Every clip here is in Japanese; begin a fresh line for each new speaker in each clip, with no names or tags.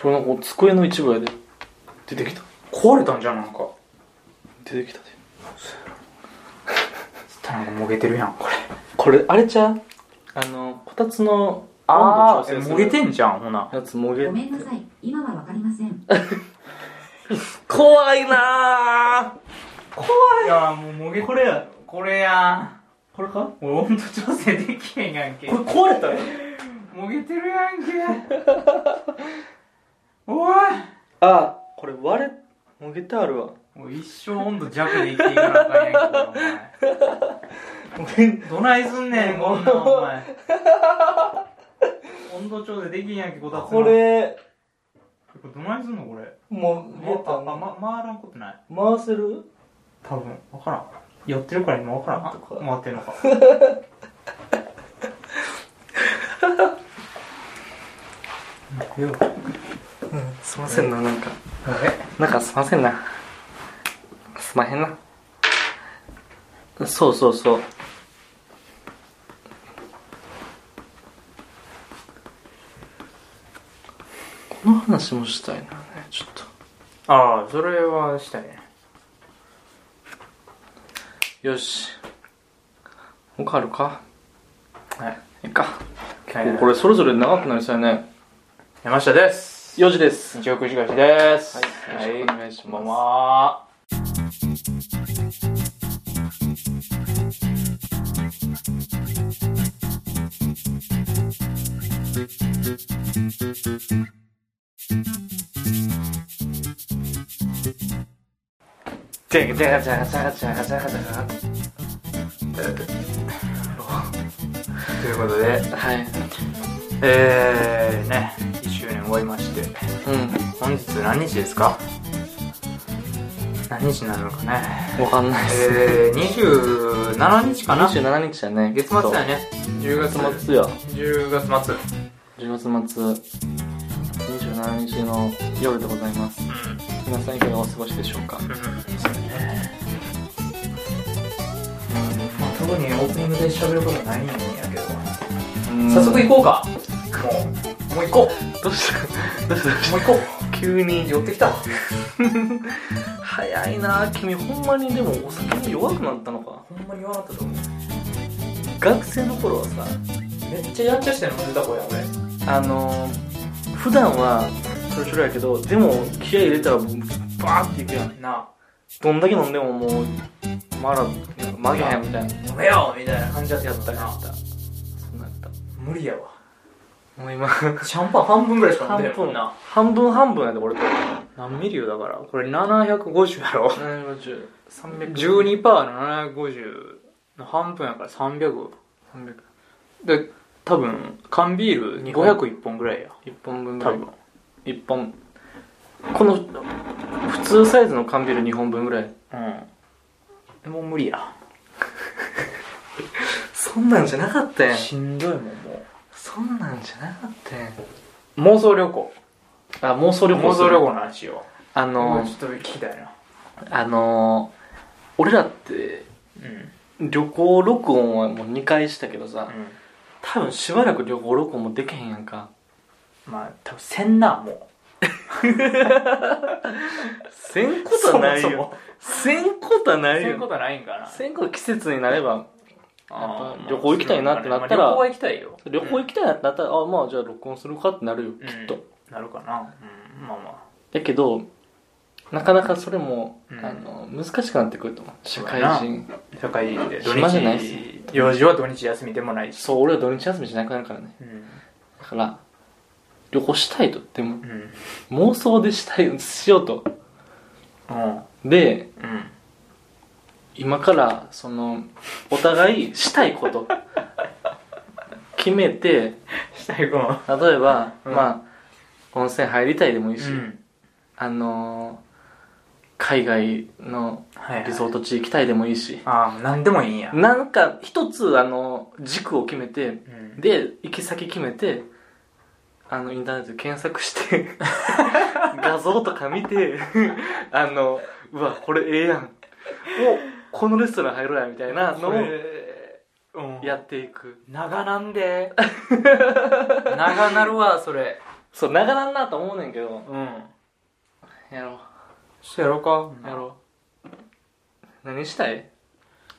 それのこう机の一部やで出てきた
壊れたんじゃんなんか
出てきたで
つったらなんかもげてるやんこれ
これあれちゃうあのこたつの温
あ
度調
あ
整する
もげてんじゃんほな
やつもげ
ごめんなさい、今はわかりません。
怖いなぁ
いやもうもげ
これや
これや
これか
俺温度調整できへんやんけ
これ壊れたよ
もげてるやん けおい
あこれ割れもげてあるわ
もう一生温度弱で生きていかなあかんやんけこれお前どないすん ねん、こんなんお前。温度調整できんやんけ、こたつの
こ。れ
これどないすんの、これ。
もう
もあ、ま、回らんことない。
回せる
多分、わからん。寄ってるから今わからん。
あ
あ回ってんの か。よ
すいませんななんか
え
なんかすいませんなすまへんなそうそうそうこの話もしたいなねちょっと
ああ、それはしたいね。
よし他あるか
はい。
いいか
は
これそれぞれ長くなりそうやね
山下です。
4時です
日曜9時開始です。
はいよろしくお願いします
こんばんは。
じゃがじゃがじゃがじゃがじゃがじゃがじゃ
ということで、
がはい
えー、ね、1周年終わりまして、
う
本日何日ですか何日になるのかね。
んわかんないっす
えー、27日かな月
27日やね
末だよね。10
きっと月末や
10月末。
10月末27日の夜でございます皆さんいかがお過ごしでしょうか
うん、まあ、特にオープニングで喋ることないんやけど、早速行こうか。もう、もう行こう。
どうしたどうしたどうし
もう行こ
た急
う。
に
寄ってきた。
早いな君ほんまにでもお酒も弱くなったのか
ほんまに言わなかったと思う。
学生の頃はさ
めっちゃやんちゃして飲んでた子や、俺。
あのー、普段はちょろちょろやけどでも気合い入れたらもうバーっていくやん
なあ、
どんだけ飲んでももうまだ曲げへんみたいな
飲めよみたいな感じだった
や
や
っ
った
や
た
っ
な。
たそんなんやった
無理やわ。
もう今
シャンパン半分ぐらいしか飲ん
半
でへんもん
分
な。
半分半分やで俺と
何ミリよだからこれ750やろ
750300300
12パー750の半分やから300で多分缶ビール
日本
501本ぐらいや
一本分ぐ
多
らい
分
一本この普通サイズの缶ビール2本分ぐらい
うんもう無理や
そんなんじゃなかったやん
しんどいもんも
そんなんじゃなかったやん
う妄想旅行
あ妄想旅行
妄
する
想旅行の話を
あ
ちょ
の
っと聞きたいな
あの俺らって
うん
旅行録音はもう2回したけどさ多分しばらく旅行録音もできへんやんか
まあ多分せんなも
せん
う
ことはない
そも
よせんことはない
せんこ
よ
とはないんかな
せんこと季節になれば
あ
やっ
ー
ぱ旅行行きたいなってなったら
まあ旅行は行きたいよ
旅行行きたいなってなったら、あまあじゃあ録音するかってなるよ、
うん
きっと
なるかなうんまあま
だけどなかなかそれも、
うん
あの難しくなってくると思う社会人
あ社会人で土
暇じゃないっす
日用事は土日休みでもないし
そう俺は土日休みじゃなくなるからね
うん
だから旅行したいとでも
うん
妄想でしたいしようと
うん
で
うん
今からそのお互いしたいこと 決めて
したいこ
例えば、
うん
まあ温泉入りたいでもいいし、
ん
あのー海外の
はい
リゾー
ト
ト地行きたいでもいいし、
ああ何でもいいんや
なんか一つあの軸を決めて
うん
で行き先決めてあのインターネットで検索して 画像とか見てあのうわこれええやんおこのレストラン入ろうやみたいなの
こ
を
れうん
やっていく
長なんで長なるわそれ
そう長なんなと思うねんけど
うん
やろ
してやろうか
うやろう何したい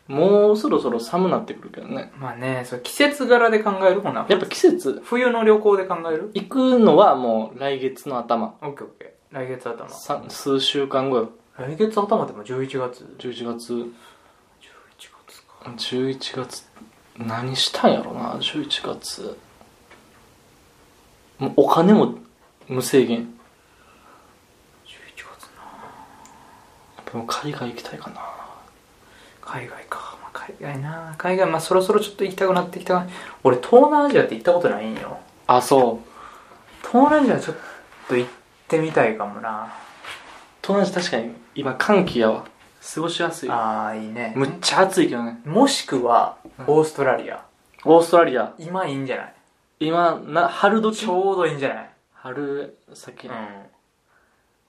もうそろそろ寒なってくるけどね
まあねそう季節柄で考えるほな
やっぱ季節
冬の旅行で考える
行くのはもう来月の頭
オッケーオッケー来月頭
さ数週間後よ
来月頭でも11月
11
11
月
月か
11月何したんやろな11月もうお金も無制限や
11月な
っぱもう海外行きたいかな
海外か、まあ、海外な海外まあそろそろちょっと行きたくなってきたな俺東南アジアって行ったことないんよ
あそう
東南アジアちょっと行ってみたいかもな
東南アジア確かに今寒気やわ過ごしやすい
ああいいね
むっちゃ暑いけどね
もしくはオーストラリア、
オーストラリア
今いいんじゃない
今な春時
ちょうどいいんじゃない
春先、
う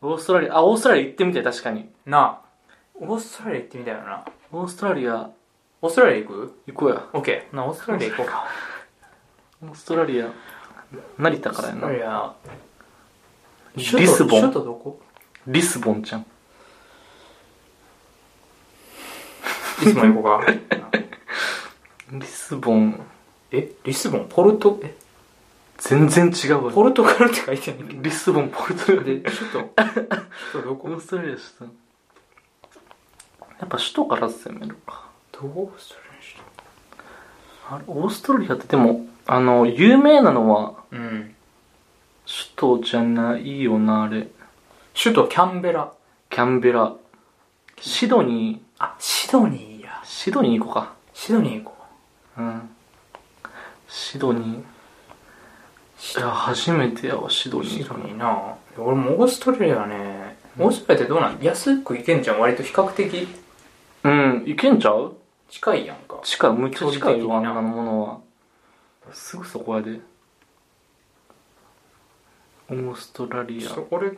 オーストラリアあオーストラリア行ってみて確かに
んなあオーストラリア行ってみたいよな
オーストラリア
オーストラリア行く
行こうや
オッケーなオーストラリア行こうか
オーストラリア成田からや
オースト
な
ラリア
リスボ
首
ン
都どこ
リスボンちゃん
リスボン行こうか
リスボン
えリスボンポルトえ
全然違うわ
ポルトガルって書いてあるけ
リスボンポルトガ
どで
ル
首都首都ど
オ
こ
ーストラリアしたやっぱ首都から攻めるか
どこオーストラリアの首都
あれオーストラリアってでもあの有名なのは
うん
首都じゃないよなあれ
首都キャンベラ
キャンベラシドニ
あシドニーや
ーシドニー行こうか
シドニー行こう
うんシドニ
シ
ーいや初めてやわシドニー
シドニーな俺もオーストラリアねオーストラリアってどうなん安く行けんじゃん割と比較的
うん行けんちゃう
近いやんか
近いむっちゃ近い
距離的
よ
な
あんなのものはすぐそこやでオーストラリア
そう俺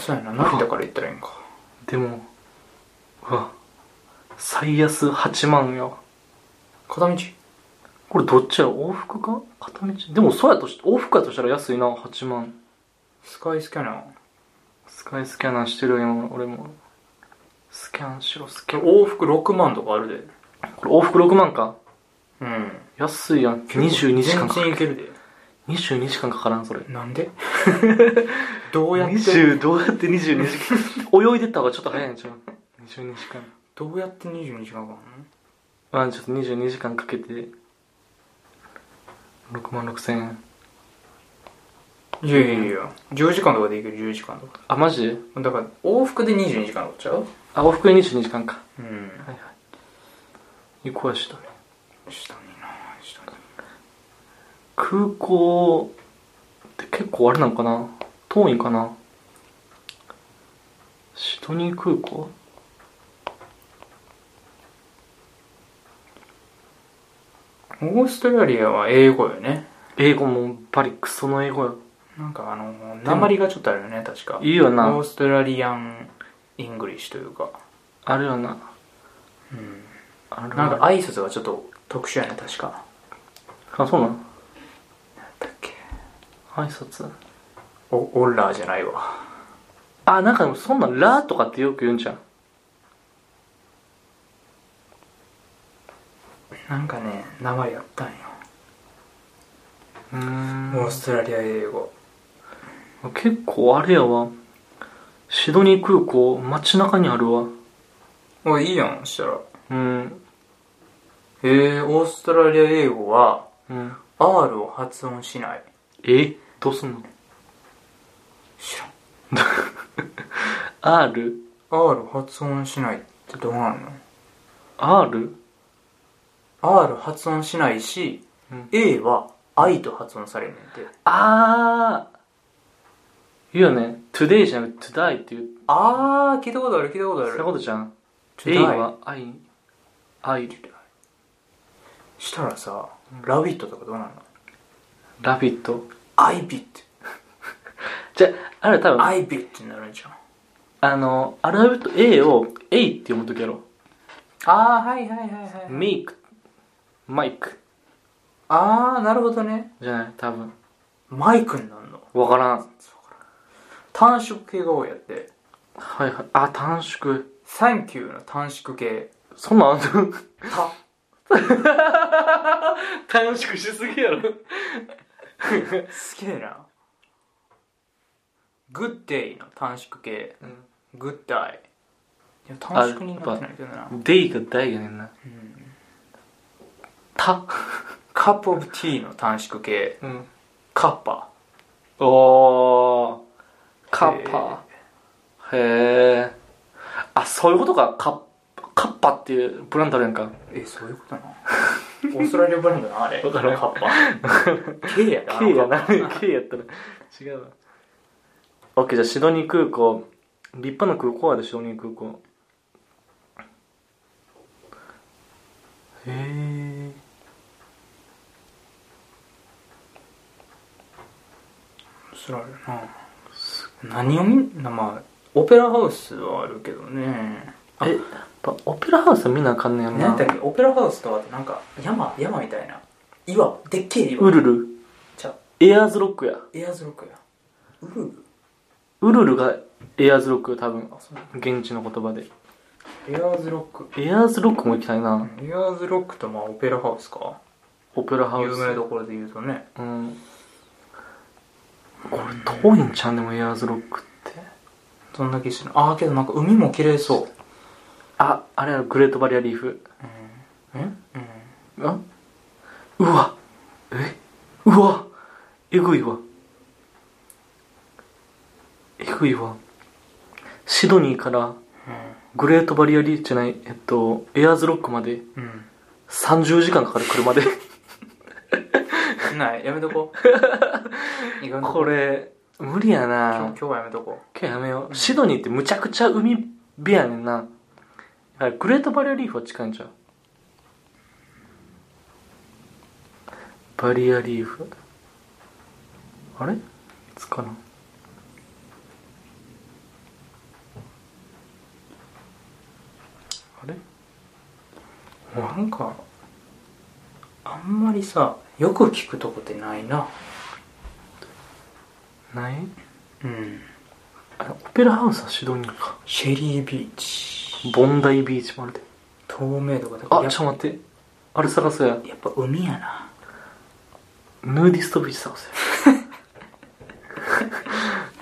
そうやな成田から行ったらいいんか
でもうわ最安8万やわ
片道
これどっちや往復か片道でもそうやとし往復やとしたら安いな8万
スカイスキャナー
スカイスキャナーしてるよ俺もスキャンしろスキャン
往復6万とかあるで
これ往復6万か
うん
安いやん22時間か
全然行けるで
22時間かからんそれ
なん でどうやって
20どうやって22時間泳いでった方がちょっと早いんちゃう22時間
どうやって22時間かかんの
まあちょっと22時間かけて6万6千円
いやいやいや10時間とかで行ける10時間とか
あマジで
だから往復で22時間とかちゃう
あ往復で22時間か
うん
はいはい行こうやしと
下にな下に
空港って結構あれなんかな遠いんかなシドニー空港
オーストラリアは英語よね
英語もバリクソの英語よ
なんかあの鉛がちょっとあるよね確か
いいよ
オー
な
ストラリアンイングリッシュというか
あるよな
うん
あるよ
なんか挨拶がちょっと特殊やね確か
あそうなの
だっけ
挨拶
おオッラーじゃないわ
あなんかでもそんなん「ラ」とかってよく言うんじゃん
なんかね鉛やったんよ
うー
オーストラリア英語
結構あれやわシドニー空港街中にあるわ
おいいやんそしたら
うん
へえオーストラリア英語は
うん
R を発音しない
えどうすんの
知らん
?RR?
R 発音しないってどうなんの R 発音しないし、
うん
A は I と発音されんねんて
あー言うよね today じゃなくて today っていう
あー聞いたことある聞いたことあ
そうい
る
うことじゃん
ちょ
A
ない
は I I
したらさ「ラビット!」とかどうなるの
ラビット
アイビット
じゃああれ多分
アイビットになるんじゃん
あのアルファベット A を A って読むときやろ
ああはいはいはいは
make マイク
ああなるほどね
じゃない多分
マイクになるの
わからん
短縮系が多いやって
はいはいあ短縮
「Thank you」の短縮 系
そんなんあんの
「た
短縮しすぎやろ」
すげえな「Good Day」の短縮系
うん
「Good Day」いや短縮になってないけどな
デイが大やねんな
うん
た
「Cup of Tea」の短縮系
うん
「カッパ
おーカッパへえあそういうことかカッカッパっていうブランドあるやんか」
えそういうことな オーストラリアブランドなあれ
わからん
カッ パ K やな
K や な K やったら違うわ OK じゃあシドニー空港立派な空港やでシドニー空港へえ
そらあるな何を見なまあオペラハウスはあるけどねあ
えやっぱオペラハウスは見なあかんねや
何や
な
ったっけオペラハウスとかってなんか山山みたいな岩でっけえ岩
ウルル
ちゃう
エアーズロックや
エアーズロックやウルル
ウルルがエアーズロックよ多分
あそう
現地の言葉で
エアーズロック
エアーズロックも行きたいな
エアーズロックとまあオペラハウスか
オペラハウ
有
ス
名どころで言うとね
うんこれ遠いんちゃうでもエアーズロックって
どんだけしなああけどなんか海も綺麗そう
ああれやろグレートバリアリーフ
うんうん
あうわえうわえぐいわえぐいわシドニーからグレートバリアリーフじゃないえっとエアーズロックまで
うんうん
30時間かかる車で
ないやめとこ いかんと
これ無理やな
今日今日はやめとこ
今日やめようシドニーってむちゃくちゃ海辺やねんなだからグレートバリアリーフは近いんちゃうバリアリーフあれいつかなあれ
なんかあんまりさよく聞くとこってないな
ない
うん
あれオペラハウスはシドニーか
シェリービーチ
ボンダイビーチもあるで
透明度が高い
あちょっと待ってあれ探そうや
やっぱ海やな
ヌーディストビーチ探せ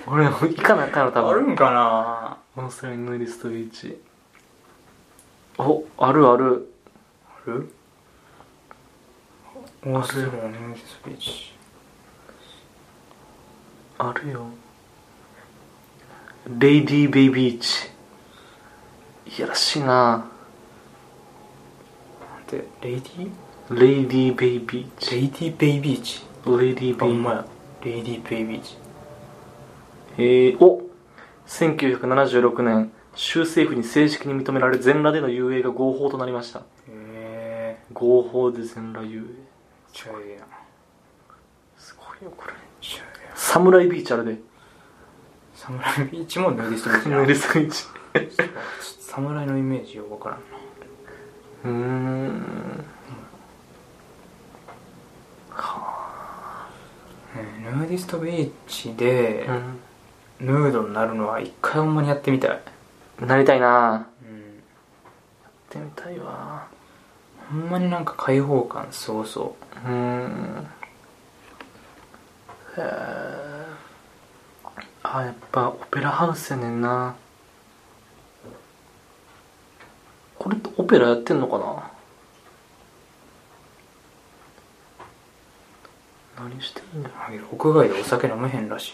俺もう行かなあかんの多
ある
分
んかな
オーストラリアヌーディストビーチおあるある
あるオーストラリアのニュースビーチ
あるよレイディーベイビーチいやらしいな
なんてレイディ
レイディーベイビーチ
レイディベイビーチ
レイディーベ
あほ
イビ
んま
ー
やレイディベイビーチ
チえー、お1976年州政府に正式に認められ全裸での遊泳が合法となりました
へえ
合法で全裸遊泳
ちょいやん
すごいよこれ
ちょいやん
サムライビーチあるで
サムライビーチもヌーディストビーチ
ヌー
な
ディストビーチ
ちょっと侍のイメージよくわからんな
うーん
ねヌーディストビーチで
うん
ヌードになるのは一回ほんまにやってみたい、
なりたいな
うん、
やってみたいわ
ほんまになんか開放感すごそう
ーんへえあやっぱオペラハウスやねんなこれってオペラやってんのかな何してんの
うあけど屋外でお酒飲めへんらしい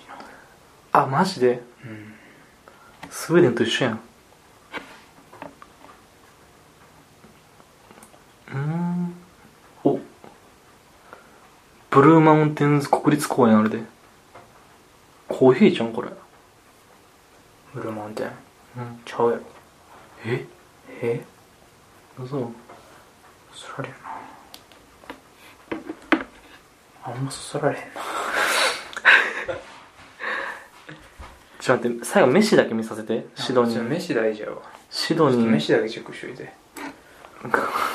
な
あマジで
うん
スウェーデンと一緒やんうーんおブルーマウンテンズ国立公園あるでコーヒーじゃんこれ、
ブルーマウンテン
うん、
ちゃうやろ
え
え
嘘
そそられるなあんまそそられへんな
ちょっと待って最後飯だけ見させてシドニ
ちょっと
ー
飯大事やわ
シド
ちょっ
ニ
と
ー
飯だけチェックしといて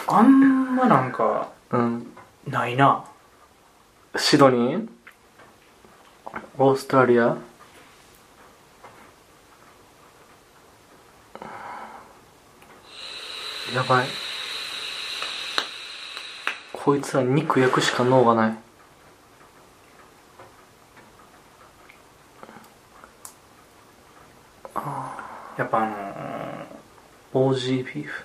あんまなんか
うん
ないな
シドニーオーストラリアやばいこいつら肉焼くしか脳がない
やっぱあのー、
OG ビーフ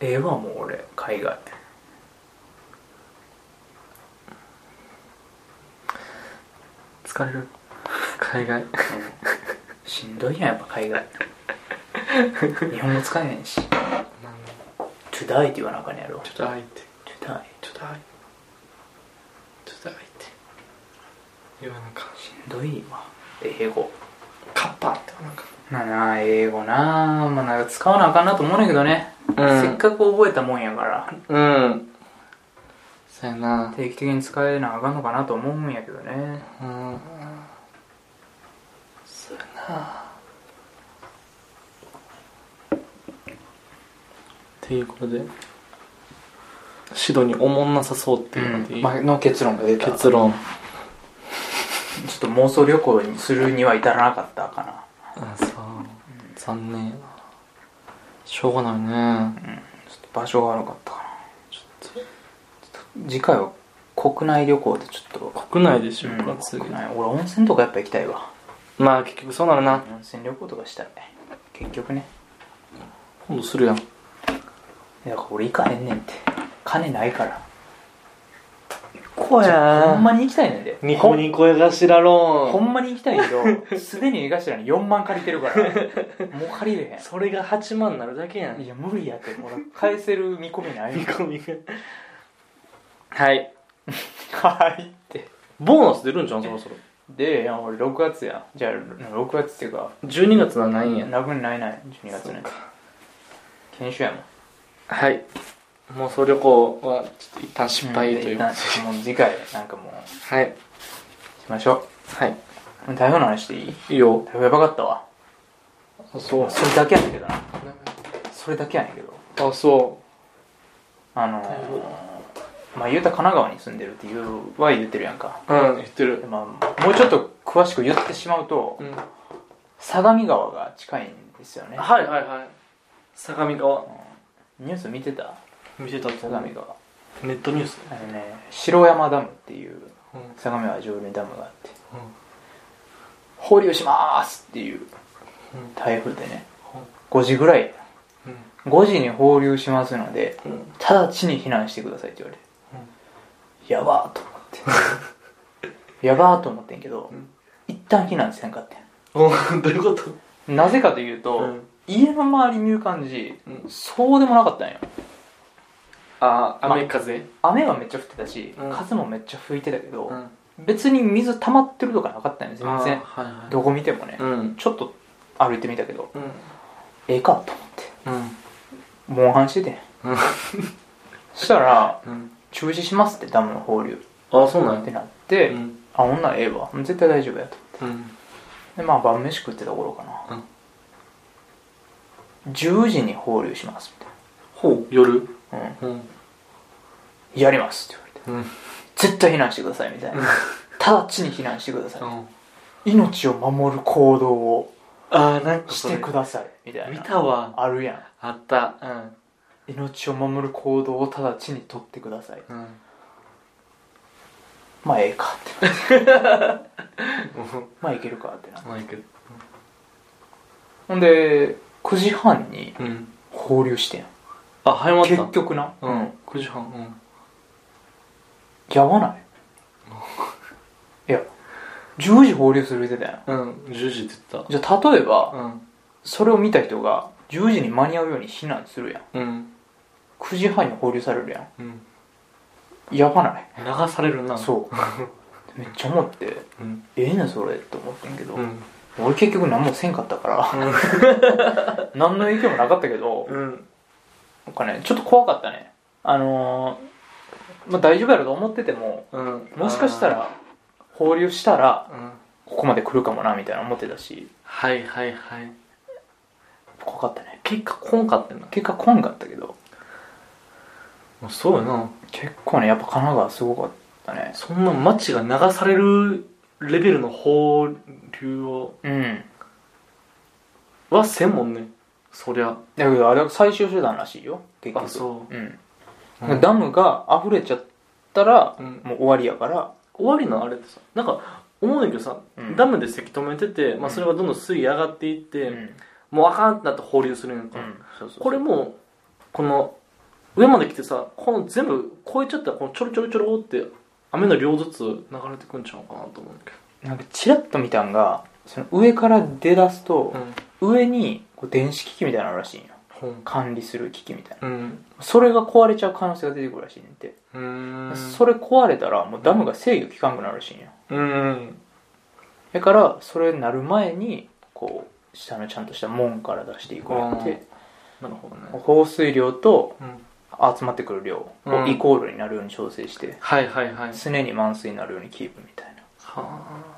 ええわもう俺海外
疲れる海外
しんどいやんやっぱ海外日本語使えへんし「トゥダイ」って言わなあかんねやろ
ちょっとあいて
「トゥダイ
ちょっとあいちょっとあいて言わなか」
しんどいわ英語
カッパって言わなか
まあなあ英語なあまあなんか使わなあかんなと思うねんだけどね、
うん
せっかく覚えたもんやから
うんそうやな
定期的に使えなあかんのかなと思うんやけどね
うんそうやなっていうことでシドにおもんなさそうっていうのでいい、
まあの結論が出たちょ
結論
っと妄想旅行にするには至らなかったかな
あそう残念やなしょうがないね
ちょっと場所が悪かったかなちょっと次回は国内旅行でちょっと
国内でしょうか、
うん
次
国内俺温泉とかやっぱ行きたいわ
まあ結局そうなるな
温泉旅行とかしたい結局ね
今度するやん
いや俺行かへんねんって金ないから
こ
ほんまに行きたいねんで
ニコニコやがしら
ほ
ろ
んまに行きたいけどすでに江頭に4万借りてるからもう借りれ
ん
へ
それが8万になるだけや
んい
ん
や無理やってもう返せる見込みない
見
よ
込みがはい
はいって
ボーナス出るんじゃんそろそろ
でいや俺6月やんじゃあ6月っていうか
12月はないんや
なくないない12月ね研修やもん
はい妄想旅行はちょっと一旦失敗ということで、
んもう次回なんかもうし
はい
ましょ
はい
うん台風の話でいい
いいよ
台風やばかったわ
あそう
それだけやねんけどなそれだけやねんけど
あそ
あのー、まあ言うたら神奈川に住んでるっていうは言ってるやんか
ううん言ってる
でまあ、もうちょっと詳しく言ってしまうと
うんは
相模川が近いんですよね
いはいはい相模川
ニュース見てた
見てた
相模川
ネットニュース
あのね城山ダムっていう
うん
相模川上流ダムがあって放流しまーすってい
う
う
ん
台風でね
うん
5時ぐらい
うん
5時に放流しますので
うん
直ちに避難してくださいって言われて、やばーと思っ てやばーと思ってんけど、
うん
一旦避難せんかって
おどういうこと
んなぜかというと、
うん
家の周り見る感じ、
うん
そうでもなかったんよ
あ
ま
雨風
雨はめっちゃ降ってたし、
うん
風もめっちゃ吹いてたけど、
ん
別に水溜まってるとかなかったんよ全然
あーはいはい
どこ見てもね、
うん
ちょっと歩いてみたけど
うん
ええかと思って
うん
モンハンしててん
うん
そしたら
うん
中止しますってダムの放流
あそうなん
っ
や
てなって、
うん
あ女はええわ絶対大丈夫やと
うん
でまあ晩飯食ってた頃かな、10時に放流しますみ
ほう夜
たいな、うん
うん
やりますって言われ
う
て
ん
絶対避難してくださいみたいな直ちに避難してください、
あ
命を守る行動を
あーなんか
し
それ
てくださいみたい
見
な
たわ
あるやん
あったうん
命を守る行動を直ちに取ってください
うん
まあええかってまあいけるかってな
マイク
ほんで9時半に
うん
放流してん
あ早まった
結局な
うん9時半うん
やばないいや10時放流するってたやん
うん10時って言っ
じゃあ例えば、
たうん
それを見た人が10時に間に合うように避難するやん
うん
9時半に放流されるやん
うん
やばない
流されるな
そうめっちゃ思って
うん
ええねんそれって思ってんけど、
うん
俺結局何もせんかったから、何の影響もなかったけど
うん
なんかねちょっと怖かったねあのーまあ、大丈夫やろと思ってても
うん
もしかしたら放流したら
うん
ここまで来るかもなみたいな思ってたし
はいはいはい
怖かったね
結果こんかってんな
結果来んかったけど
あそうやな
結構ねやっぱ神奈川すごかったね
そんな街が流されるレベルの放流を
うん
はせんもんねそりゃ
だけどあれは最終手段らしいよ結局、
あそう
ん
うん
ダムが溢れちゃったら、
うん
もう終わりやから
終わりのあれってさなんか思うねんだけどさ、
うん
ダムでせき止めてて、まあ、それがどんどん水位上がっていって、もうあかんってなって放流するやんか、
そうそう
これもうこの上まで来てさこの全部超えちゃったらこのちょろちょろちょろって雨の量ずつ流れてくんちゃうかなと思うんだけ
なんかチラッと見たんがその上から出だすと
ど、うん
上にこう電子機器みたいなのあるらしいんよ
ほん
管理する機器みたいな
うん
それが壊れちゃう可能性が出てくるらしいねんて、
うーん
それ壊れたらもうダムが制御効かんくなるらしいんよ
うん
だからそれになる前にこう下のちゃんとした門から出していこうって
なるほどね、
放水量と
うん、
集まってくる量
う
を
ん
イコールになるように調整して、
はいはいはいは
常に満水になるようにキープみたい
あ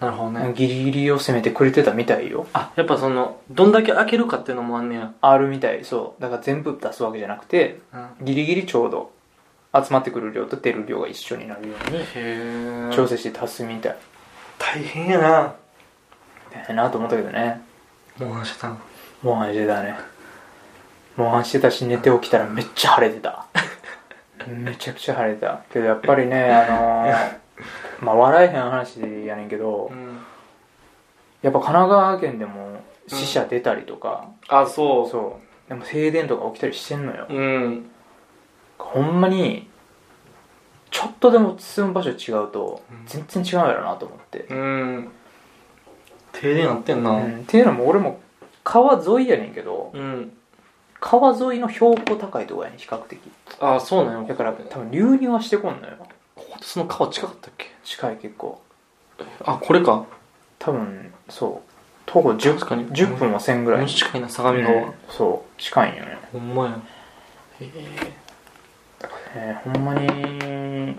なるほどね、
な、ギリギリを攻めてくれてたみたいよ
あやっぱそのどんだけ開けるかっていうのもあんねや、
あるみたいそうだから全部出すわけじゃなくて
うん、へ
ギリギリちょうど集まってくる量と出る量が一緒になるように
え
調整して足すみたい
大変やな
大変なと思ったけどね
もう話したの
モンハンしてたねモンハンしてたし寝て起きたらめっちゃ晴れてためちゃくちゃ晴れてたけどやっぱりねあの ー、まあ笑えへん話やねんけど
うん
やっぱ神奈川県でも死者出たりとか、
あそう
そうでも停電とか起きたりしてんのよ
うん
ほんまにちょっとでも進む場所違うと
うん
全然違うやろなと思って、
うん停電なってんな
うんっていうのも俺も川沿いやねんけど
うん
川沿いの標高高いとこやねん比較的
あそうなんよ
だから
こ
多分流入はしてこんのよ
こその川近かったっけ
近い結構
あこれか
多分そう徒歩 10,
確かに
10分は1000ぐらい、
もう近いな相模川、
うんそう近いんよね、
ほんまやへえ
えーほんまに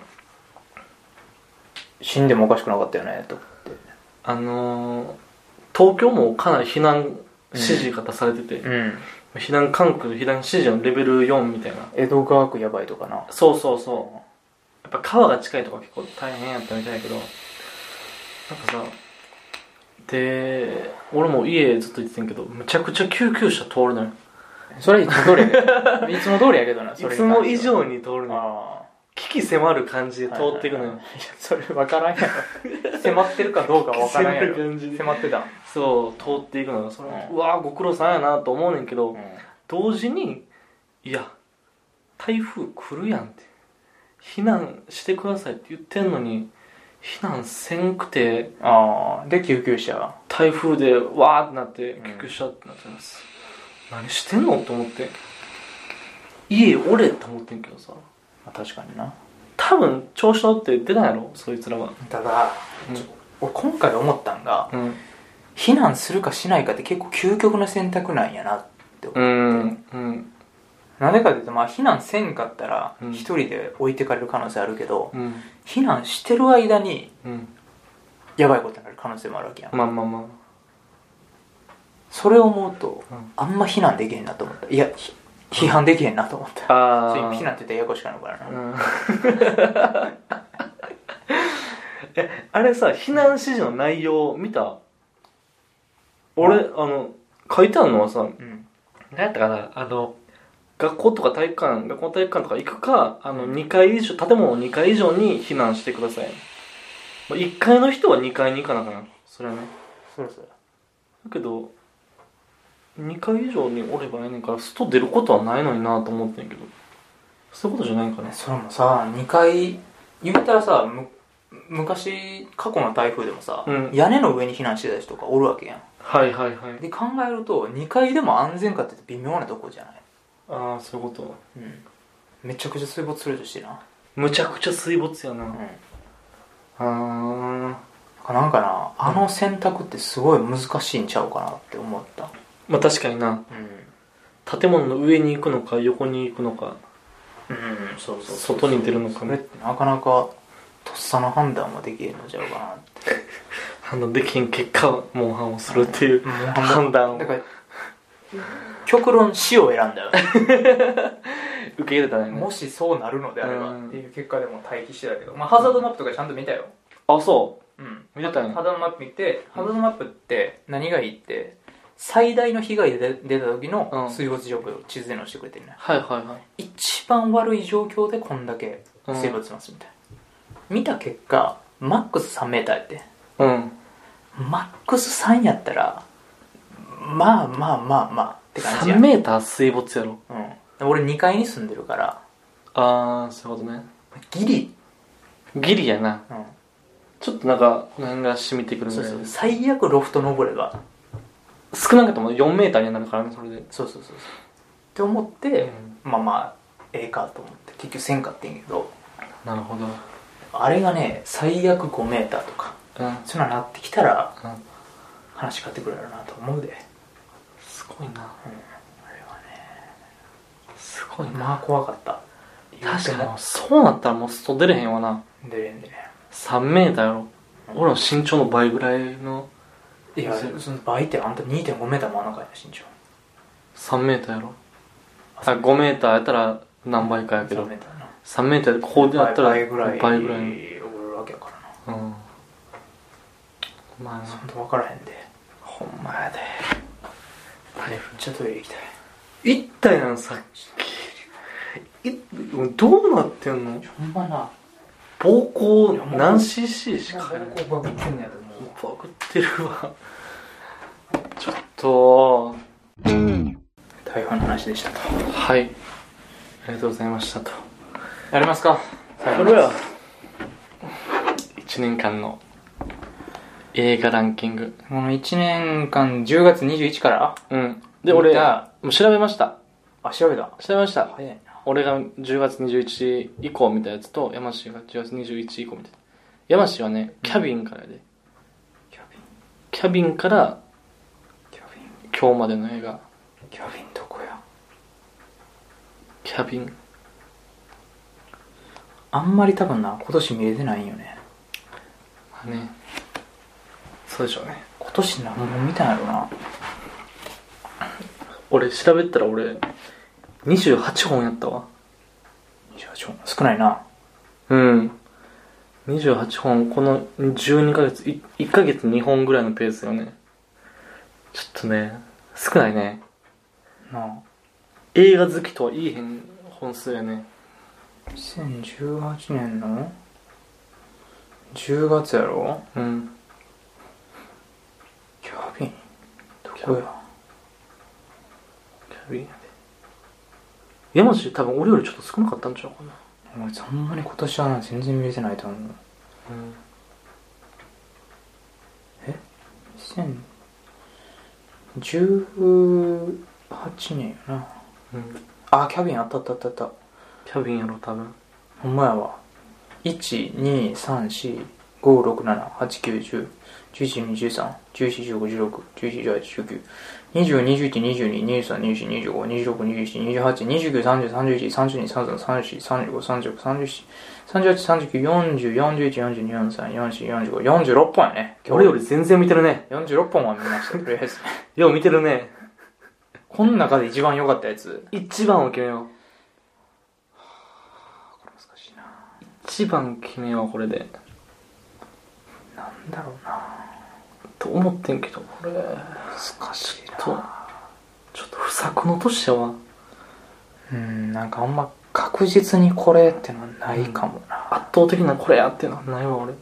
死んでもおかしくなかったよねと思っ
あのー、東京もかなり避難指示が出されてて、
てうん
避難勧告避難指示のレベル4みたいな
江戸川区やばいとかな
そうそうそうやっぱ川が近いとか結構大変やったみたいやけどなんかさで俺も家ずっと行ってんけどむちゃくちゃ救急車通るのよ
それいつも通りやけ どいつも通りやけどないそれ
つも以上に通るのよ
あ
危機迫る感じで
あ
通っていくのよ
それ分からんや ろ迫ってるかどうか分からんや
迫る
ろ
感じで
迫ってた、
そう通っていくのよそれも
う
うわーご苦労さんやなと思うねんけ
う
ど
ん
同時にいや台風来るやんって避難してくださいって言ってんのに避難せんくて
ああで救急車
台風でわーってなって
うん
救急車ってなってます、何してんのと思って家おれって思ってんけどさ
まあ確かにな
多分調子乗って出ないやろそいつらは
ただ、
うん
ちょ俺今回思ったんが
うん
避難するかしないかって結構究極の選択なんやなって思う
うんうん
なんでかっていうとまあ避難せんかったら
うん
一人で置いてかれる可能性あるけど、
うん
避難してる間に
うん
やばいことになる可能性もあるわけやん、
まあまあま
それを思うと、
うん
あんま避難できへんなと思ったいやひ批判できへんなと思った、
ああ
そういう
ー
避難って言ったらややこしくなるから
うん
な、
えあれさ避難指示の内容見た俺あの書いてあるのはさ
うん
何やったかなあの学校とか体育館学校体育館とか行くかあの2階以上建物の2階以上に避難してください、まあ、1階の人は2階に行かなかなそれはね
そうそう
だけど2階以上におればええねんから外出ることはないのになと思ってんけどそういうことじゃないんかな
それもさ2回言ったらさむ昔過去の台風でもさ、
うん
屋根の上に避難してた人とかおるわけやん
はいはいはい
で考えると2階でも安全かって言うと微妙なとこじゃない
ああそういうこと
うんめちゃくちゃ水没するとしてな
むちゃくちゃ水没やな
うん
あー
なんかなあの選択ってすごい難しいんちゃうかなって思った
まあ確かにな
うん
建物の上に行くのか横に行くのか
うんそうそうそう
外に出るのか
それってなかなかとっさの判断もできへんのちゃうかなって
あのできへん結果モンハンをするっていう
うん
判断を
だ
受
から極論死を選んだよね
け入れたね
もしそうなるのであれば
うん
っていう結果でも待機してたけど、まあ、ハザードマップとかちゃんと見たよ、
あそ
うん、
見てたんや
ハザードマップ見てハザードマップって何がいいって最大の被害で出た時
う
の
ん
水没状況を地図で載せてくれてるね、
はいはいはい
一番悪い状況でこんだけ水没しますみたいな、見た結果マックス3メーターやって
うん
マックス3やったらまあまあまあまあって感じや
3メーター水没やろ
うん、俺2階に住んでるから
ああそういうことね
ギリ、
ギリやな
うん
ちょっとなんかこの辺が染みてくるみ
そう
たい
そう
な
最悪ロフト登れば
少なくとも4メーターになるからねそれで
そうそうそうそうって思って、まあまあええかと思って結局せんかってんけど
なるほど
あれがね最悪5メーターとか
うん、うん、
そんななってきたら話変わってくるやろなと思うです
ごいな
あれはね
すごい
まあ
な
怖かった
確かにそうなったらもう外出れへんわな
に出れんでね
3メーターやろ俺の身長の倍ぐらいの
いやその倍ってあんた2.5メーターもあんのかいな身長
3メーターやろあ5メーターやったら何倍かやけ
3
ど
メーターな
3メーターでこうやったら
倍ぐらい
倍ぐらいの
おるわけやからな
うんまあ
そんな分からへんで
ほんまやで
めっちゃトイレ行きたい
行ったやんさっきいどうなってんの
ほんまな
膀胱何 cc しか入らない
高校バグってんねやと思う
バグってるわ ちょっと
台風の話でしたと
はいありがとうございましたと
やりますか
それは1年間の映画ランキング
この1年間10月21日から
うんで俺
じゃ
もう調べました
あ調べた
調べました
早いな
俺が10月21以降見たやつと山氏が10月21以降見た山氏はねキャビンからやで
キャビン
キャビンから
キャビン
今日までの映画
キャビンどこや
キャビン
あんまり多分な今年見れてないんよね
はねそうでしょうね
今年何本見たんやろな
俺調べたら俺28本やったわ
28本少ないな
うん28本この12ヶ月い1ヶ月2本ぐらいのペースよねちょっとね少ないね
な
映画好きとは言いへん本数やね
あ2018年の10月やろ
うん
キャビンどこや
キャビンやで山地多分俺よりちょっと少なかったんちゃうかな
おいそんなに今年はな全然見れてないと思う
うん
2018年やな
うん
あキャビンあったあったあったあった
キャビンやろ多分
ほんまやわ1234567891011121314151617181920212223232425262728293031313233343536本やね
俺より全然見てるね
46本は見ましたとりあえず
よう見てるね
この中で一番良かったやつ
一番を決めよう
難しいな
一番決めようこれで
なんだろうな
と思ってんけどこれ
難しい
とちょっと不作の年やわ
うんなんかあんま確実にこれってのはないかもな、
圧倒的なこれやっていうのはないわ俺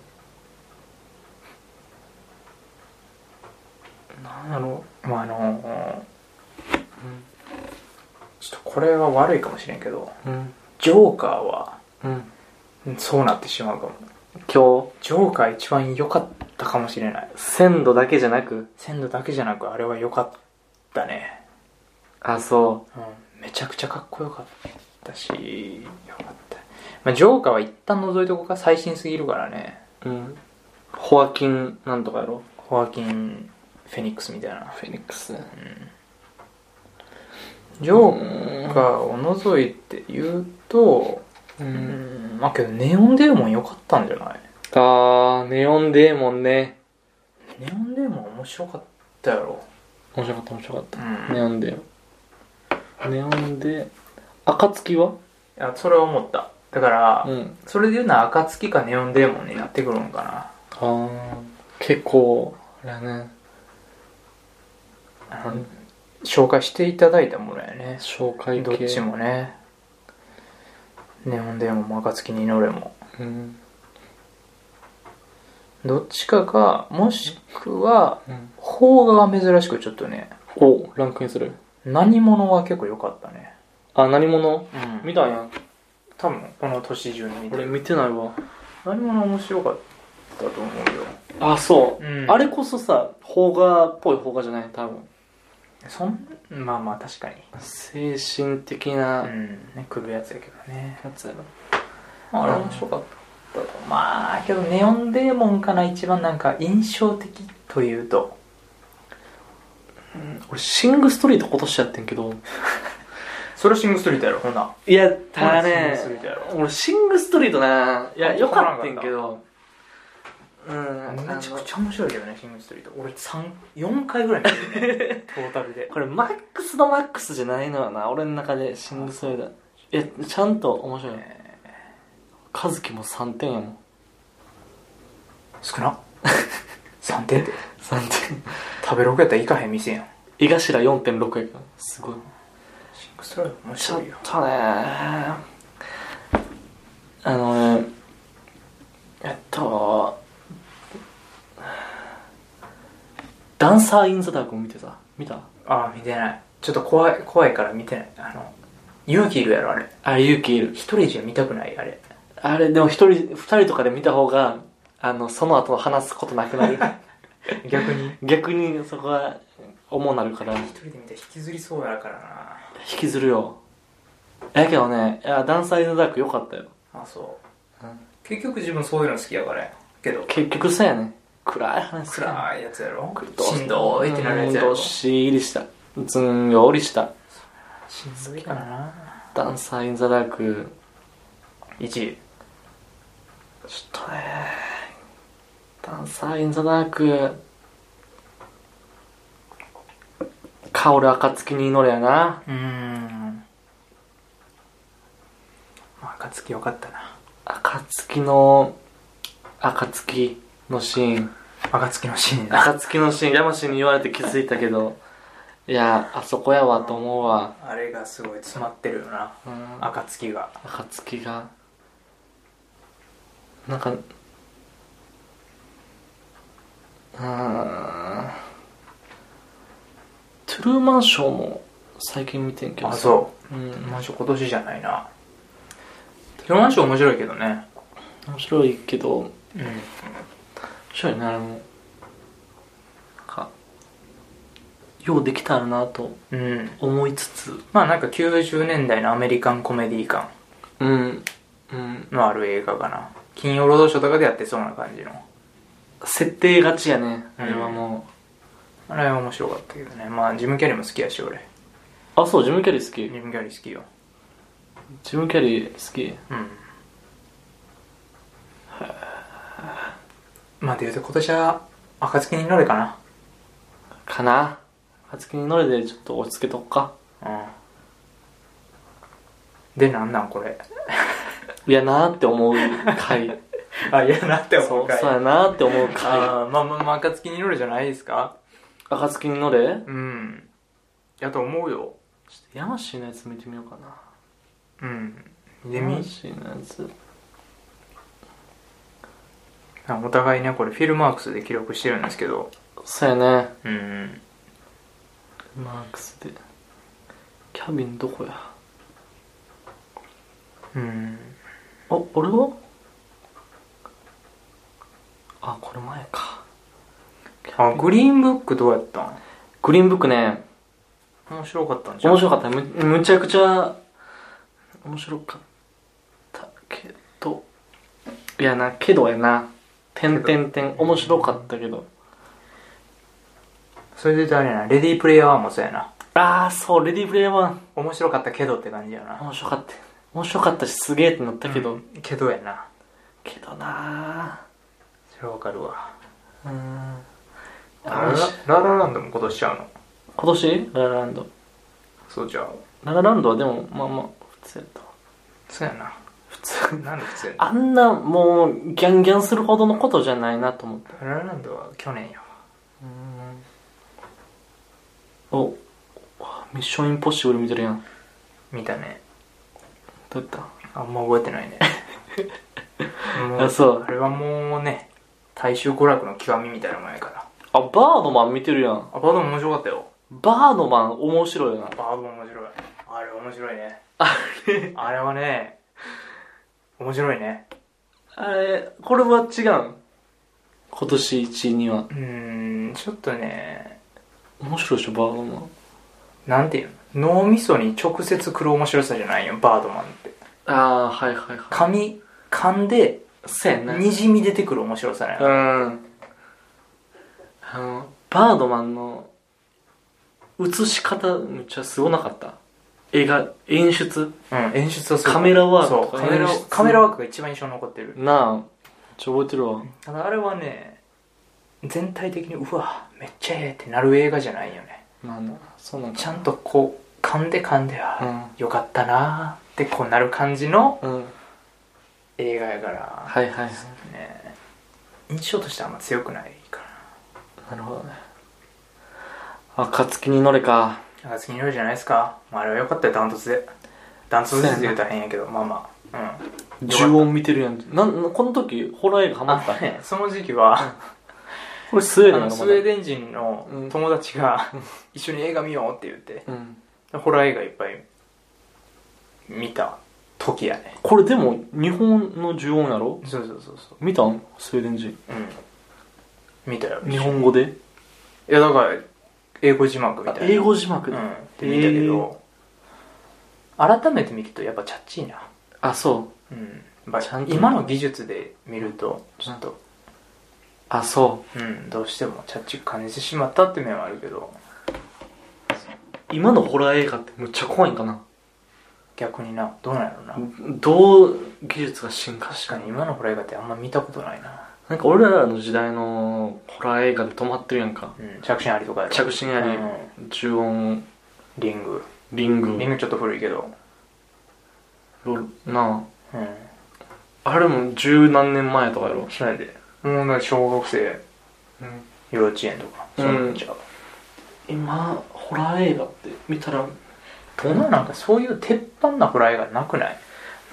なんやろ
まああのちょっとこれは悪いかもしれんけど
ううん
ジョーカーは
うん
うんそうなってしまうかも
今日
ジョーカー一番良かったかもしれない
鮮度だけじゃなく
鮮度だけじゃなくあれは良かったね、
あそ
うん、めちゃくちゃかっこよかったし良かった、まあ、ジョーカーは一旦覗いとこうか最新すぎるからね
ううんホアキンなんとかやろ
ホアキン・フェニックスみたいな
フェニックス
ジョーカーを除いて言うと、
う
うんん、まあけどネオンデーモン良かったんじゃない
あーネオンデーモンね
ネオンデーモン面白かったやろ。
面白かった面白かった
うん。
ネオンでネオンで暁はい
や、それは思った。だから、
うん
それで言うなら暁かネオンデーモンになってくるんかな。
あああ結構あれだね
あの紹介していただいたものやね
紹介系
どっちもねネオンデーモンも暁に祈れも
うん、
どっちかがもしくは
うん、
邦画が珍しくちょっとね
おランクインする
何者は結構良かったね
あ何者見たんや
多分この年中に見て
俺
る
見てないわ
何者面白かったと思うよ
あそう、
うん
あれこそさ邦画っぽい邦画じゃない多分
そんまあまあ確かに
精神的
う
なん
ね来るやつやけどね
やつやろ、
あれ面白かったとまあけどネオンデーモンかな一番なんか印象的というと
俺シングストリート今年やってんけど
それシングストリートやろほない
やた
ただ
だ
ね
ね俺シングストリートないや
あ
よかったんけどうんあの
めちゃくちゃ面白いけどねシングストリート俺三4回ぐらい見てる ねトータルで
これマックスのマックスじゃないのよな俺の中でシングストリートえちゃんと面白い和樹も3点やもん
少な3点って
3点
食べログやったら行かへん店やん
江頭4.6やからすごい
シングストリート面
ちょ
白
っ
いよ
とねあのねえっとダンサー・イン・ザ・ダークも見てた見た
ああ見てないちょっと怖い怖いから見てないあの勇気いるやろあれ
あれ勇気いる
一人じゃ見たくないあれ
あれでも一人二人とかで見た方があのその後の話すことなくなる
逆に
逆にそこは重なるから
一人で見たら引きずりそうやからな
引きずるよやけどねいやダンサー・イン・ザ・ダーク良かったよ
あそう、
うん
結局自分そういうの好きやからやけど
結局さやね暗い話する
暗いやつやろ
どう
しんどーいってなるやつや
うんど
ろ
っしりしたずんよりした
しんどいかな
ダンサー・イン・ザ・ダーク
1位
ちょっとねダンサー・イン・ザ・ダーク薫暁に祈れやな
うーんまあ暁よかったな
暁の暁のシーン
暁のシーンな
暁のシーン山氏に言われて気づいたけどいやあそこやわと思うわ、
あれがすごい詰まってるよな
うん、
暁が
暁がなんかうーんトゥルーマンショーも最近見てんけど、
あそう
うん、
うマンション今年じゃないなテロマンション面白いけどね
面白いけど面
うん
白いねあれもなんかようできたらなと
うん
思いつつ
まあなんか90年代のアメリカンコメディ感
うんうん
のある映画かな金曜ロードショーとかでやってそうな感じの
設定勝ちやねあれはも
あれは面白かったけどねまあジム・キャリーも好きやし俺
う、あそうジム・キャリー好
ジ
き
ム・キャリー好きよ
ジム・キャリー好き
うんまあで言うと今年は暁に乗れかな
かな暁に乗れでちょっと落ち着けとこか
うんでなんなんこれ
いやなーって思う回
あ嫌なって
そう
かい
そうやなーって思う回
あーまあまあまあ暁に乗れじゃないですか
暁に乗れ
うんやと思うよ
ちょっとヤマシーのやつ見てみようかな
うんで
ヤマ
み
シーのやつ
あお互いねこれフィルマークスで記録してるんですけど
そうやね
うん
マークスでキャビンどこや
うん
お俺はあこれ前か
あグリーンブックどうやったん
グリーンブックね
面白かったんじゃん
面白かったむむちゃくちゃ面白かったけどいやなけどやなてんてんてん面白かったけど
それで言うとあれやなレディープレイヤーワンもそうやな
ああそうレディープレイヤー1
面白かったけどって感じやな
面白かった面白かったしすげえってなったけど、
うんけどやな
けどな
それわかるわ
ーうーん
ラ
あし
ララランドも今年ちゃうの
今年ララランド
そうじゃあ
ララランドはでもまあまあ普通やったわ
そうやな
普
通なんで普通
あんなもうギャンギャンするほどのことじゃないなと思った
フラランドは去年よ
おミッションインポッシブル見てるやん
見たね
どうやった
あんま覚えてな いねも
あそう
あれはもうね大衆娯楽の極みみたいなもんやから
あバードマン見てるやん
あバードも面白かったよ
バードマン面白いな
バードも面白いあれ面白いねあれはね面白いね
あれこれは違うん今年1位には
うーんちょっとね
面白いでしょバードマン
なんていうの脳みそに直接来る面白さじゃないよバードマンって
ああはいはいは
紙噛んで
いそうやな
にじみ出てくる面白さね、
うんあのバードマンの映し方めっちゃすごなかった映画演出
うん、演出はすごい
カメラワーク
そう
とか
カメラ
演出
カメラワークが一番印象に残ってる
なあめっちょ覚えてるわ
ただあれはね全体的にうわめっちゃええってなる映画じゃないよね
まあなそうなん
ちゃん
と
とこう噛んで噛んで
う
は、
ん
よかったなーってこうなる感じの
うん
映画やから、
はいはいはい
ね、印象としてはあんま強くないか
なるほどね暁に乗れか
ななんか次の色じゃないですか、まあ、あれはよかったよダントツでダントツでって言うたら変やけどまあまあうん
呪音見てるやんなんなんこの時ホラー映画ハマった
あのねその時期は、
これスウェーデ
あ
ン
の
の
スウェーデン人の
うん
友達が、一緒に映画見ようって言って
うん
ホラー映画いっぱい見た時やね
これでも日本の呪音やろ
そうそうそうそ
見たんスウェーデン人
ううん見たよ
日本語で
いやだから英語字幕みたいな
英語字幕
う
で、
んって見たけど、改めて見るとやっぱチャッチーな
あそう
うんまあ
ちゃんと
今の技術で見るとちょっと、
あそ
うん、どうしてもチャッチーく感じてしまったって面はあるけど
う今のホラー映画ってむっちゃ怖いんかな
逆になどうなんやろうな
どう技術が進化し
確
た
か
の
に今のホラー映画ってあんま見たことないな
なんか俺らの時代のホラー映画で止まってるやんか
うん着信ありとかやろ
着信あり
うん
呪音
リング
リング
リングちょっと古いけど
ロな
うん
ああれも十何年前とかやろ、
そうやでもうなんか小学生幼稚園とか
うん
そうなんちゃう、
今ホラー映画って見たら
どんななんかそういう鉄板なホラー映画なくない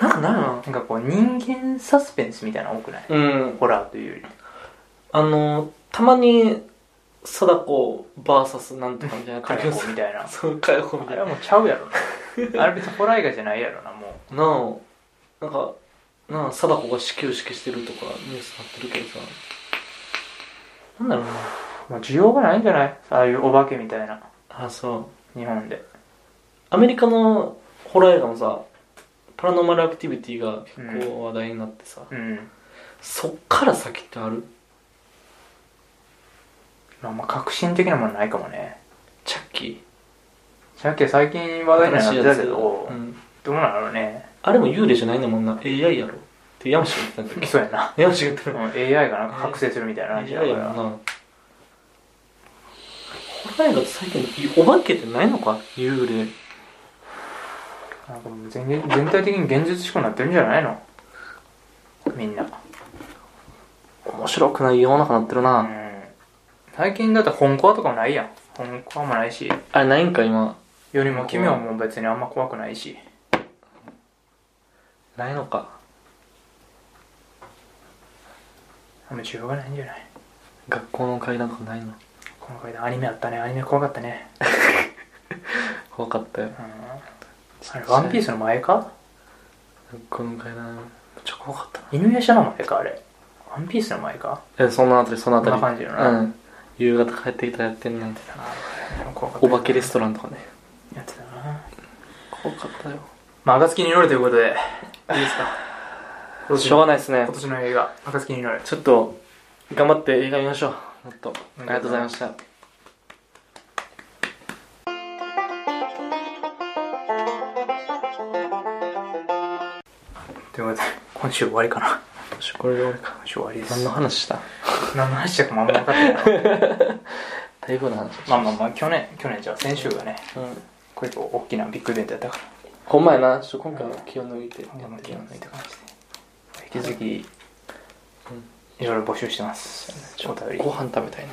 なんかないな
なんかこう人間サスペンスみたいなの多くない、
うん
ホラーというより
あの、たまに、貞子 VS なんとかみたいな
カ
感じ
レ
で
コ
す
みたいな
そう、かよこみ
あ
たい
れはもうちゃうやろ なあれ別にホラー映画じゃないやろなも
な。なお、なんか、なあ、貞子が始球式してるとかニュースになってるけどさ。なんだろう
うもう需要がないんじゃないああいうお化けみたいな
な。あ、そう。
日本で
アメリカのホラー映画もさ、パラノーマルアクティビティが結構話題になってさ、
うん
そっから先ってある
まあまあ革新的なものないかもね
チャッキー。
さっき最近話題になってたけど、
うん
どうなのね
あれも幽霊じゃないんだもんな。AI やろ。って山氏が言ってたんだっ
そうやな、
け山氏が言って
う
た
ん、AI がなんか覚醒するみたいな感じ
い
だ
や
か
いや
ら
なホラー映画って最近お化けってないのか幽霊
なんかもう全然全体的に現実志向になってるんじゃないのみんな、
面白くない世の中なってるな、
うん、最近だって本コアとかもないやん本コアもないし
あれないんか今
よりも奇妙も別にあんま怖くないし
ないのか
あんま需要がないんじゃない
学校の階段とかないの
この回でアニメあったねアニメ怖かったね
怖かったよ
うんあれワンピースの前か
学校の階段めっちゃ怖かったな
犬夜叉の前かあれワンピースの前か
えそのあたりそのあたり
こんな感じよな
うん夕方帰ってきたらやってんねん
あー怖かった
お化けレストランとかね
やってたな
怖かったよ
まあ暁に祈るということでいいですか今年
しょう
の
がないですね
今年の映画暁に祈る
ちょっと頑張って映画見ましょうもっとありがとうございました
ということで今週終わりかな
よしこれで終わりか
今週終わりです
何の話した
何の話したかもあんま分かってない
台風の話
まあまあまあ去年去年じゃあ先週がね
うん
結構大きなビッグイベントやったから
ほんまやなちょ今回は気を抜いてや
今後も
って
気
い
を
きま
抜い
す
た感じで引き続きいろいろ募集してますお便り
ご飯食べたいね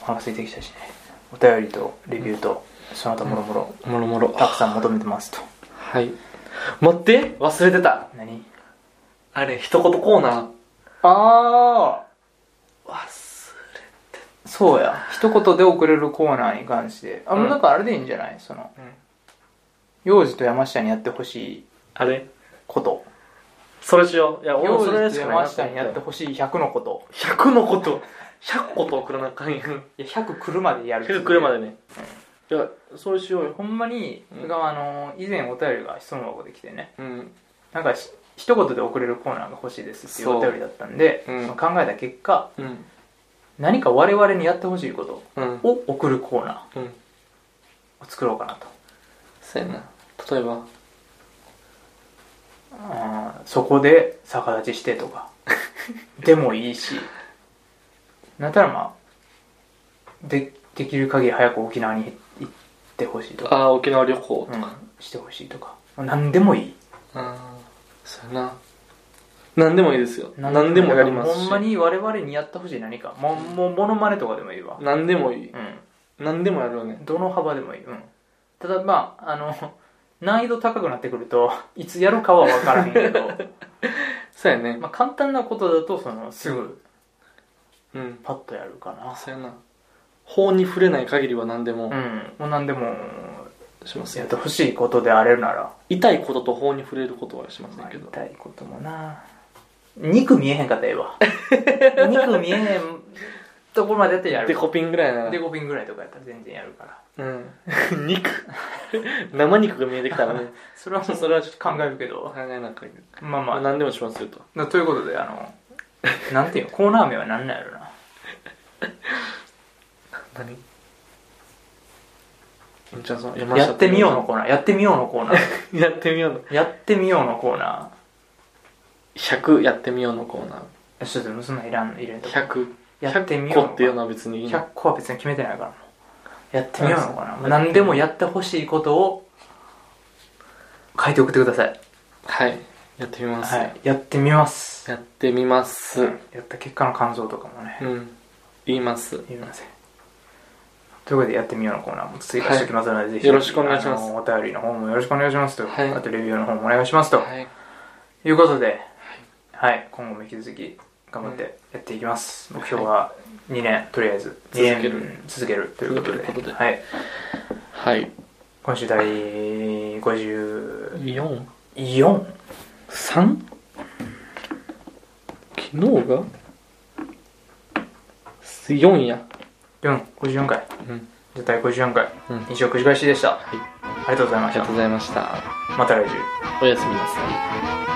お腹空いてきたしねお便りとレビューとその他もろもろ
もろもろ
たくさん求めてますと
はい待って忘れてた
何
あれ一言コーナー
ああ
忘
そうや一言で送れるコーナーに関してあ
う
も
ん
うなんかあれでいいんじゃないその
れ、
幼児と山下にやってほしい
あれ
こと
それしよういや俺も
幼
それ
児
し
と
かないな
山
と
下に
思
やって
って
ほしい100のこと
100のこと100こと送らなあかんやん
いや100来るまでやる
100来るまでねいやそれしようよ
ほんまに、
うん
があの以前お便りが質問箱で来てね
うん
なんかし一言で送れるコーナーが欲しいですっていう
そう
お便りだったんで、
うん
その考えた結果
うん
何か我々にやってほしいこと
うん
を送るコーナ
うん
ーを作ろうかなと
そうやな例えば
あーそこで逆立ちしてと かでもいいしなんやったらまあでできる限り早く沖縄に行ってほしいとか、
ああ沖縄旅行
うん、してほしいとか何でもいい
ああそうやな何でもいいですよ何でもやりますし
ほんまに我々にやってほしい何かもうもうモノマネとかでもいいわ
何でもいい
うん
何でもやるよね
どの幅でもいいうんただまああの 難易度高くなってくるといつやるかは分からへんけ ど
そうやね
まあ簡単なことだとそのすぐ
うん
パッとやるかな
そうやな法に触れない限りは何でも
うんもう何でも
します
や
よ
ってほしいことであれるなら
痛いことと法に触れることはしません
や
け
り
ど
たいこともな肉見えへんかったらええ わ肉見えへんところまでやってやる
デコピンぐらいな
デ
ら
コピンぐらいとかやったら全然やるから
うん 肉生肉が見えてきたら ね
それはもう
それはちょっと
考えるけど
考えなくていい
まあま
ま
あ
あ何でもしますよと
なということであのな んていうのコーナー名は何なんやろな
何じゃあその
やってみようの
う
コーナーやってみようのコーナー
やってみようの
やってみようのコ ーナ
100やってみようのコーナ
ーちょっとそんなんいらん入れんとこ
ー100
やってみ
100
よう
個
の
っていうのは別にいいの
100個は別に決めてないからもうやってみようのコーナー
あ
も
そう
う何でもやってほしいことを書いて送ってください、
はいやってみます、
はい、やってみます
やってみます
うんやった結果の感想とかもね
うん言います
言いませんということでやってみようのコーナーも追加しておきますので、ぜひ
よろしくお願いします
あのお便りの方もよろしくお願いしますと、
はい
あとレビューの方もお願いしますと、
はい
ということで、はい、今後も引き続き頑張ってやっていきます。目標は2年、とりあえず。
続ける
二年続けるということで。
続けることで
はい。
はい
今週第54
4
昨
3? 昨日が4や
4 54回。
うん
じゃあ第54回。
うん
以上、繰り返しでした。
い
ありがとうござい
あ
ま
り
し
が
た
とう。ございました
また来週。
おやすみなさい